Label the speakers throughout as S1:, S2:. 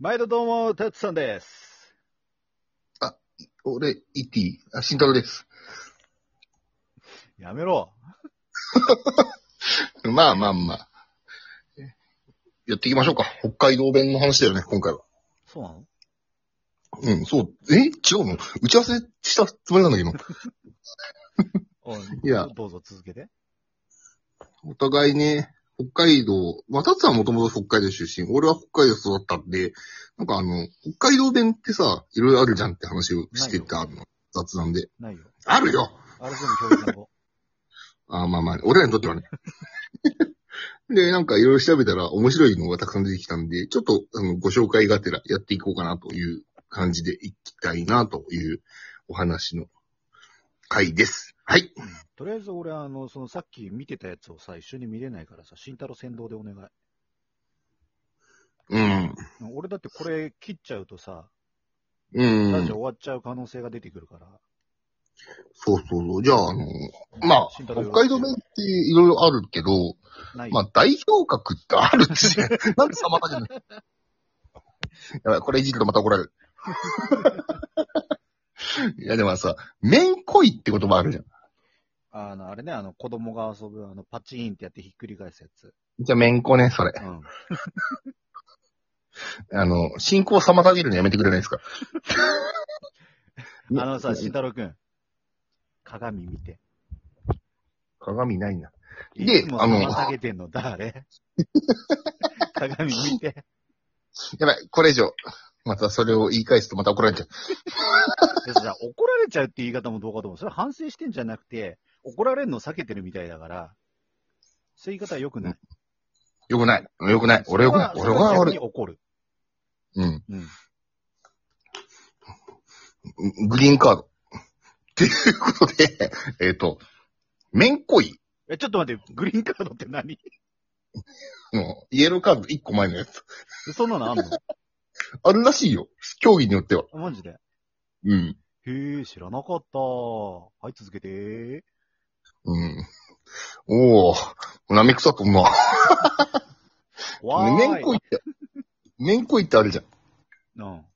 S1: 毎度どうも、たつさんです。
S2: 俺、イティ、あ、慎太郎です。
S1: やめろ。
S2: まあまあまあ。やっていきましょうか。北海道弁の話だよね、今回は。
S1: そうなの
S2: うん、そう。え違うの打ち合わせしたつもりなんだけど。
S1: おい
S2: いや
S1: どうぞ続けて。
S2: お互いね、北海道、まあ、たつはもともと北海道出身、俺は北海道育ったんで、なんかあの、北海道弁ってさ、いろいろあるじゃんって話をしてたの、雑談で。
S1: ないよ。
S2: あるよ
S1: あれ全部教育の子。
S2: あまあまあ、俺らにとってはね。 で、なんかいろいろ調べたら面白いのがたくさん出てきたんで、ちょっとあのご紹介がてらやっていこうかなという感じでいきたいなというお話の回です。はい。
S1: とりあえず俺、あの、そのさっき見てたやつをさ、一緒に見れないからさ、慎太郎先導でお願い。
S2: うん。
S1: 俺だってこれ切っちゃうとさ、
S2: う
S1: ラ
S2: ん
S1: ジオ。終わっちゃう可能性が出てくるから。
S2: そうそうそう。じゃあ、あの、まあ、
S1: 慎太
S2: 北
S1: 郎
S2: 海道弁っていろいろあるけど、
S1: ないよ
S2: まあ、代表格ってあるんですね。 なんで様だけなのやばい、これいじるとまた怒られる。 いや、でもさ、めんこいって言葉あるじゃん。
S1: あの、あれね、あの、子供が遊ぶ、あの、パチーンってやってひっくり返すやつ。
S2: じゃあ、めんこね、それ。
S1: うん。
S2: あの、進行を妨げるのやめてくれないですか
S1: あのさ、
S2: ね
S1: 慎太郎くん。鏡見て。
S2: 鏡ないな。
S1: い
S2: で
S1: つ、も
S2: あの、
S1: 下げてんの 誰鏡見て。
S2: やばい、これ以上、またそれを言い返すとまた怒られちゃう。
S1: でさ、怒られちゃうって言い方もどうかと思う。それ反省してんじゃなくて、怒られるの避けてるみたいだから、そういう言い方は良くない。
S2: よくない。よくない。俺よくない。
S1: そ
S2: 俺
S1: れは
S2: は
S1: 逆
S2: 悪
S1: に
S2: い。
S1: 怒る。
S2: うん。
S1: うん。
S2: グリーンカード。っていうことで、えっ、と、めんこい。
S1: え、ちょっと待って、グリーンカードって何
S2: の、イエローカード1個前のやつ。
S1: そんなのあんの
S2: あるらしいよ。競技によっては。
S1: あマジで。
S2: うん。
S1: へえ、知らなかった。はい、続けて。
S2: うん。おお、なめくさとんな。
S1: わーい。
S2: めんこいって、めんこいってあるじゃん。
S1: うん。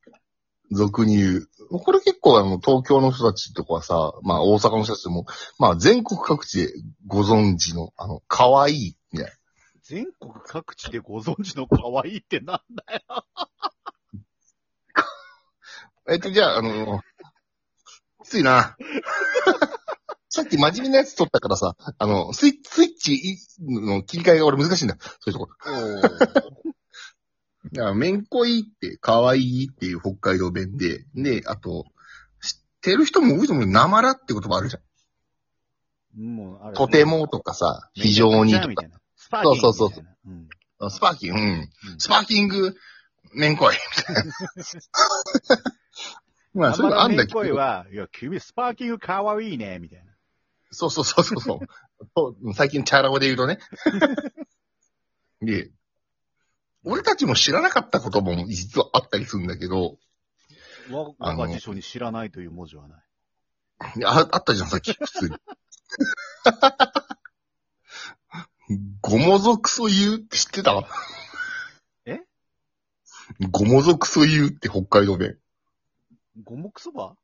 S2: 俗に言う。これ結構あの、東京の人たちとかさ、まあ大阪の人たちでも、まあ全国各地でご存知の、あの、かわいい、みたいな。
S1: 全国各地でご存知の可愛いってなんだよ。
S2: えっと、じゃあ、あの、きついな。 さっき真面目なやつ撮ったからさ、あの、スイスイッチの切り替えが俺難しいんだ。そういうとこ。だから、めんこいって、かわいいっていう北海道弁で、で、あと、知ってる人も多いと思うよ。なまらって言葉あるじゃん。
S1: もう、あれ。
S2: とてもとかさ、非常にと
S1: み
S2: か
S1: た。いな。スパーキングみたいな。
S2: そうそうそ
S1: うん。
S2: あスパーキング、うん。
S1: うん
S2: スパーキング、めん こい、みたいな。まあ、そういうのあんだけ
S1: 声
S2: ど。
S1: は、いや、君スパーキングかわいいね、みたいな。
S2: そうそうそうそうそうそう。最近チャラ語で言うとね。で、俺たちも知らなかったことも実はあったりするんだけど、
S1: わ、
S2: あ
S1: 我
S2: の
S1: が辞書に知らないという文字はない。
S2: いや、ああったじゃん、さっき、普通に。ごもぞくそ言うって知ってた
S1: え
S2: ごもぞくそ言うって北海道弁。
S1: 五目そば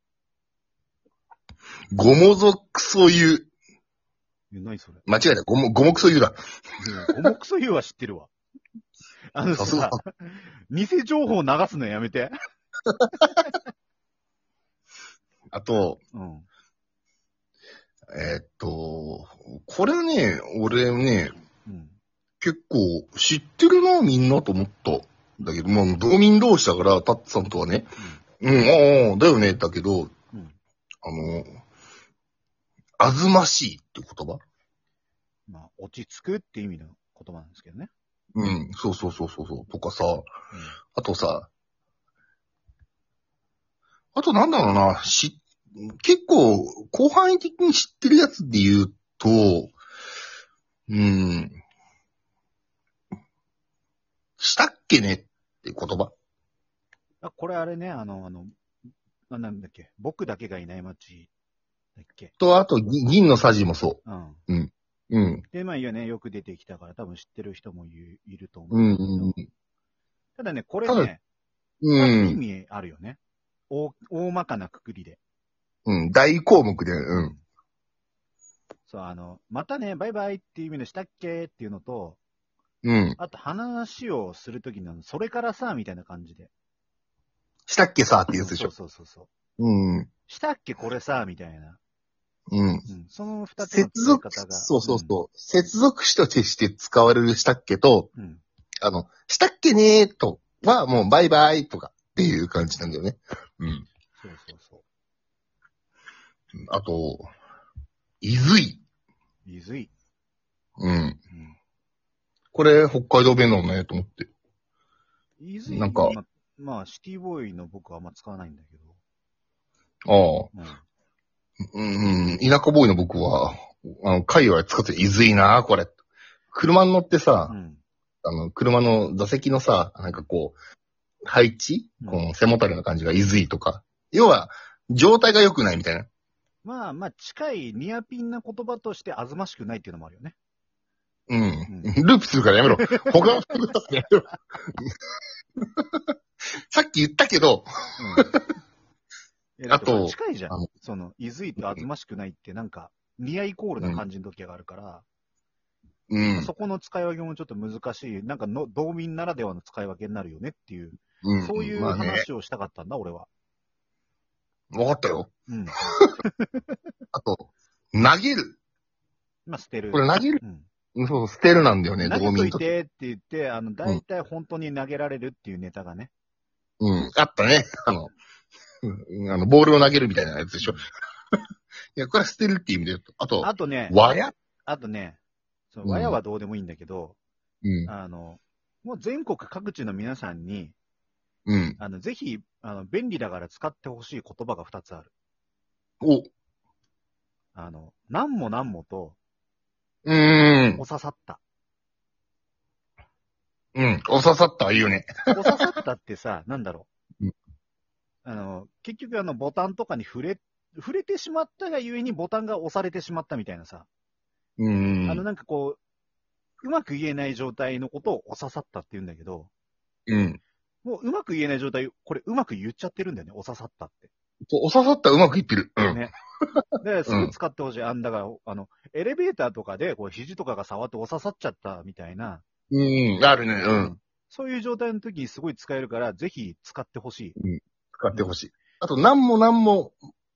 S2: ごもぞくそ言う。
S1: いや、何それ。
S2: 間違えた。ごも、ごもくそ言うだ。
S1: 五目そ言うは知って るわ。あの
S2: さす
S1: さ
S2: が、
S1: 偽情報流すのやめ て。
S2: あと、
S1: うん。
S2: えーっと、これね、俺ね、
S1: うん。
S2: 結構知ってるな、みんなと思った。だけど、まあ、同民同士だから、タッツさんとはね、うん、ああ、だよね、だけど、
S1: うん。
S2: あの、あずましいって言葉
S1: まあ、落ち着くって意味の言葉なんですけどね。
S2: うん、そうそうそうそうそう、とかさ、あとさ、あとなんだろうな、し、結構、広範囲的に知ってるやつで言うと、うん、したっけねって言葉
S1: あ、これあれね、あの、あの、ななんだっけ、僕だけがいない街だっけ。
S2: と、あと、ぎ銀のさじもそ
S1: うん。
S2: う。うん、
S1: で、まあ、いやね、よく出てきたから、多分知ってる人もいいると思う。
S2: うん、うん。
S1: ただね、これ
S2: た
S1: ね、
S2: う
S1: 意
S2: ん。
S1: 味あるよね。大、大まかなくくりで。
S2: うん。大項目で、うん。
S1: そう、あの、またね、バイバイっていう意味でしたっけっていうのと、
S2: うん。
S1: あと話をするときの、それからさ、みたいな感じで。
S2: したっけさっていうやつでし
S1: そう
S2: ょ。
S1: そうそうそう。
S2: うん。
S1: したっけこれさ、みたいな。
S2: うん。
S1: うん。その二つの
S2: 接
S1: 使い
S2: 続
S1: 方、が。
S2: そうそうそう。接続詞として使われるしたっけと、
S1: うん。うん。
S2: あの、したっけねーとはもうバイバイとかっていう感じなんだよね。うん。
S1: そうそうそ
S2: あと、いずい。
S1: う。いずい。
S2: うん。
S1: うん。
S2: これ、北海道弁なのね、と思って。
S1: いずい。
S2: なんか
S1: ま、まあ、シティボーイの僕はあんま使わないんだけど。
S2: ああ。
S1: うん。
S2: うん、うん田舎ボーイの僕は、あの、海外使っていずいな、これ。車に乗ってさ、
S1: うん。
S2: あの、車の座席のさ、なんかこう、配置、
S1: うん
S2: この背もたれの感じがいずいとか。要は、状態が良くないみたいな。
S1: まあまあ、近いニアピンな言葉としてあずましくないっていうのもあるよね。
S2: うん。
S1: う
S2: ループするからや めろ。他の人のやめろ。 さっき言ったけど、
S1: うん。いやだって
S2: あと
S1: 近いじゃん
S2: あの。
S1: その、いずいとあずましくないってなんか、ニアイコールな感じの時があるから、
S2: う
S1: まあ
S2: ん。
S1: そこの使い分けもちょっと難しい、なんかの、道民ならではの使い分けになるよねっていう、
S2: うん、
S1: そういう
S2: まあね、
S1: 話をしたかったんだ、俺は。
S2: わかったよ。
S1: うん。
S2: あと、投げる。
S1: まあ、捨てる。
S2: これ投げる
S1: うん。
S2: そう、捨てるなんだよね、
S1: 投
S2: 道
S1: げと
S2: 民
S1: い
S2: と。
S1: てって言って、あの、大体本当に投げられるっていうネタがね。
S2: うん、あったね。あの、うんあの、ボールを投げるみたいなやつでしょ。いや、これは捨てるっていう意味で言うと。あと、
S1: あとね、
S2: わや
S1: あとね、その、
S2: うん
S1: わやはどうでもいいんだけど、
S2: うん。
S1: あの、もう全国各地の皆さんに、
S2: うん。
S1: あの、ぜひ、あの、便利だから使ってほしい言葉が2つある。
S2: お、う
S1: あの、なんもなんもと、
S2: ーん
S1: お。刺さった。
S2: うん。お刺さったはいいよね。
S1: お刺さったってさ、 なんだろ
S2: う。
S1: うんあの、結局あの、ボタンとかに触れ、触れてしまったがゆえにボタンが押されてしまったみたいなさ、
S2: う
S1: あの、
S2: ん。
S1: なんかこう、うまく言えない状態のことをお刺さったって言うんだけど、
S2: うん。
S1: もううまく言えない状態、これうまく言っちゃってるんだよね、お刺さったって。
S2: お刺さったうまくいってる。うん。
S1: ね。で、すぐ使ってほしい。あんだから、あの、エレベーターとかで、こう、肘とかが触ってお刺さっちゃったみたいな、
S2: うん。あるね。うん。
S1: そういう状態の時にすごい使えるから、ぜひ使ってほしい。
S2: 使ってほしい。あと、なんもなんも、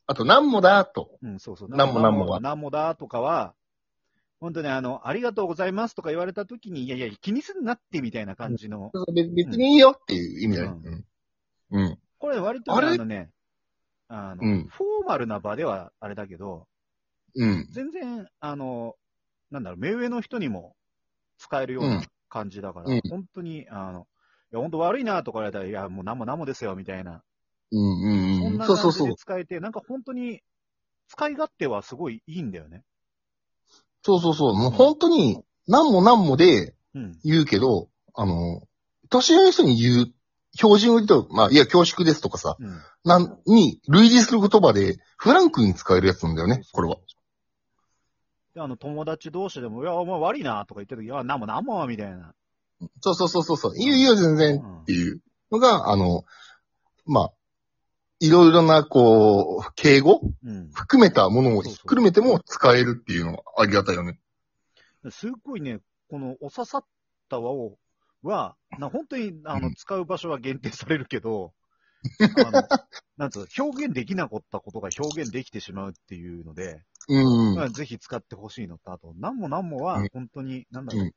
S2: あと、なんもだと。
S1: うん、そうそう。
S2: なんもなんもは
S1: なんもだとかは、本当にあの、ありがとうございますとか言われた時に、いやいや、気にすんなってみたいな感じの、
S2: 別別にいいよっていう意味だね。うん。うん。
S1: これ割と
S2: あれ
S1: あのね、あの、
S2: うん
S1: フォーマルな場ではあれだけど、
S2: うん。
S1: 全然、あの、なんだろう、目上の人にも使えるよう
S2: う
S1: なん感じだから、
S2: うん
S1: 本当に、あの、いや、本当悪いなとか言われたら、いや、もう何も何もですよ、みたいな。
S2: うん
S1: そ
S2: うんんう。
S1: なん感
S2: そう
S1: じ
S2: そうそう
S1: で。使えて、なんか本当に、使い勝手はすごいいいんだよね。
S2: そうそうそう。もう本当に、なんもなんもで、
S1: うん。
S2: 言うけど、あの、年上の人に言う、標準を言うと、まあ、いや、恐縮ですとかさ、
S1: うん。
S2: なん、に、類似する言葉で、フランクに使えるやつなんだよね、これは。
S1: で、あの、友達同士でも、いや、お前悪いなとか言ってる時、いや、なんもなんも、みたいな。
S2: そうそうそうそうそう、いいよいいよ、全
S1: う
S2: 然、っ
S1: ん
S2: ていうのが、あの、まあ、いろいろな、こう、敬語
S1: うん。
S2: 含めたもの
S1: そ
S2: を
S1: うそう
S2: ひっくるめても使えるっていうのはありがたいよね。
S1: すっごいね、この、お刺さった輪を、は、な本当に、あの、
S2: うん
S1: 使う場所は限定されるけど、あ の、なんつうの、表現できなかったことが表現できてしまうっていうので、
S2: うん。
S1: まあ、ぜひ使ってほしいのと、あと、なんもなんもは
S2: うん、
S1: 本当に、なんだろう、
S2: うん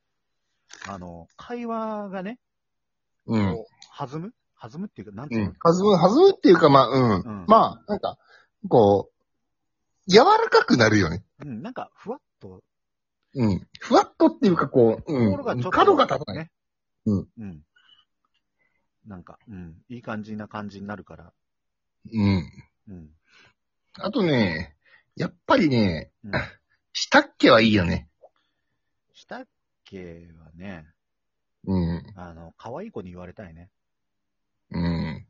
S1: あの、会話がね、
S2: うん。
S1: こう弾む弾むっていうか、なんて
S2: う
S1: いうの、
S2: ん。はずむ、はずむっていうか、まあ、うん。
S1: うん
S2: まあ、なんか、こう、柔らかくなるよね。
S1: うん、なんか、ふわっと、
S2: うん。ふわっとっていうか、こう、う
S1: 心がちょっと、
S2: ん。角が立たない。
S1: ね。
S2: うん。
S1: うん。なんか、うん、いい感じな感じになるから、
S2: うん。
S1: うん。
S2: あとね、やっぱりね、
S1: うん、
S2: したっけはいいよね。
S1: したっけはね、
S2: うん。
S1: あの、可愛い子に言われたいね。
S2: うん。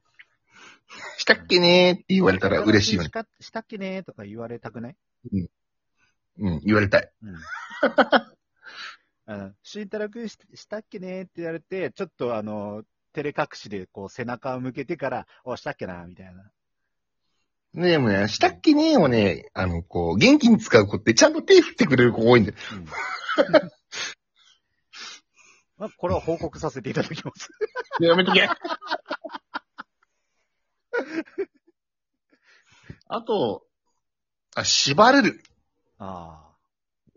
S2: したっけねーって言われたら嬉しいよね
S1: し。かしたっけねとか言われたくない
S2: うん、言われたい。
S1: うん。あの、慎太郎くんししたっけねって言われて、ちょっとあの、照れ隠しで、こう、背中を向けてから、お、したっけな、みたいな。
S2: でもね、したっけねえをね、あの、こう、元気に使う子ってちゃんと手振ってくれる子多いんだよ。
S1: うん まあ、これは報告させていただきます。
S2: やめとけ。 あと、あ、縛れる。
S1: あ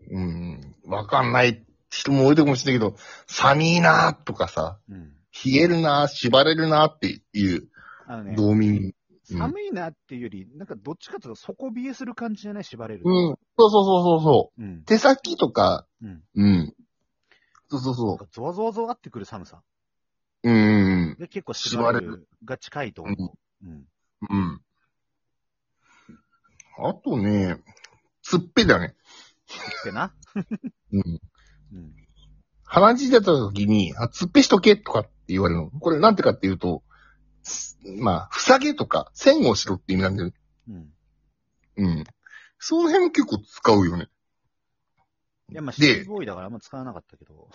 S2: うん、わかんない人も多いかもしれないけど、寒いなーとか
S1: あ。
S2: さ、
S1: うん。
S2: 冷えるなー、縛れるなーっていう、
S1: あのね、
S2: 道民。うん
S1: 寒いなっていうより、なんかどっちかというと底冷えする感じじゃない縛れる。
S2: うん、そうそうそうそうそう。
S1: うん。
S2: 手先とか、
S1: うん。
S2: うん。そうそう
S1: なん
S2: そ
S1: かゾワゾワゾワってくる寒さ。
S2: う。うん。
S1: で、結構縛れ
S2: 縛れ
S1: るが近いと思う。うん。
S2: うん。あとね、つっぺだね。
S1: ってな。
S2: うん。
S1: うん。
S2: 鼻血出た時に、あ、つっぺしとけとかって言われるの。これなんてかっていうと、すまあ、ふさげとか、線をしろって意味なんだよね。
S1: うん。
S2: うん。その辺も結構使うよね。
S1: いや、まあ、シ
S2: で
S1: ティボーイだからあんま使わなかったけど。も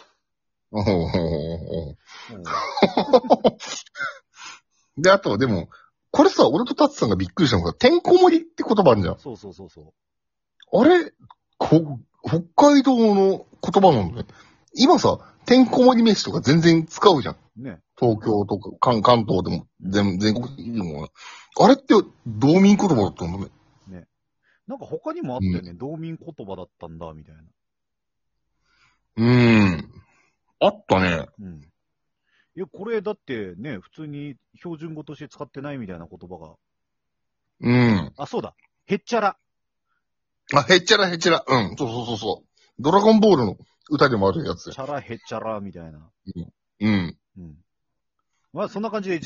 S2: おうおうおうおう
S1: う
S2: で、あと、でも、これさ、俺とタツさんがびっくりしたのが、てんこ盛りって言葉あるじゃん。
S1: そうそうそうそ
S2: あれ、こ、北海道の言葉なんだね。今さ、てんこ盛り飯とか全然使うじゃん。
S1: う。ね。
S2: 東京とか、関関東でも、全全国的にも。あれって、道民言葉だったんだね。
S1: なんか他にもあったよね。道民言葉だったんだ、みたいな。
S2: うーん。あったね。
S1: うん。いや、これだってね、普通に標準語として使ってないみたいな言葉が。
S2: うん。
S1: あ、そうだ。へっちゃら。
S2: あ、へっちゃらへっちゃら。うん。そうそうそうそう。ドラゴンボールの歌でもあるやつ
S1: チ。ャラへっちゃらみたいな。
S2: うん。
S1: うん。まあ、そんな感じで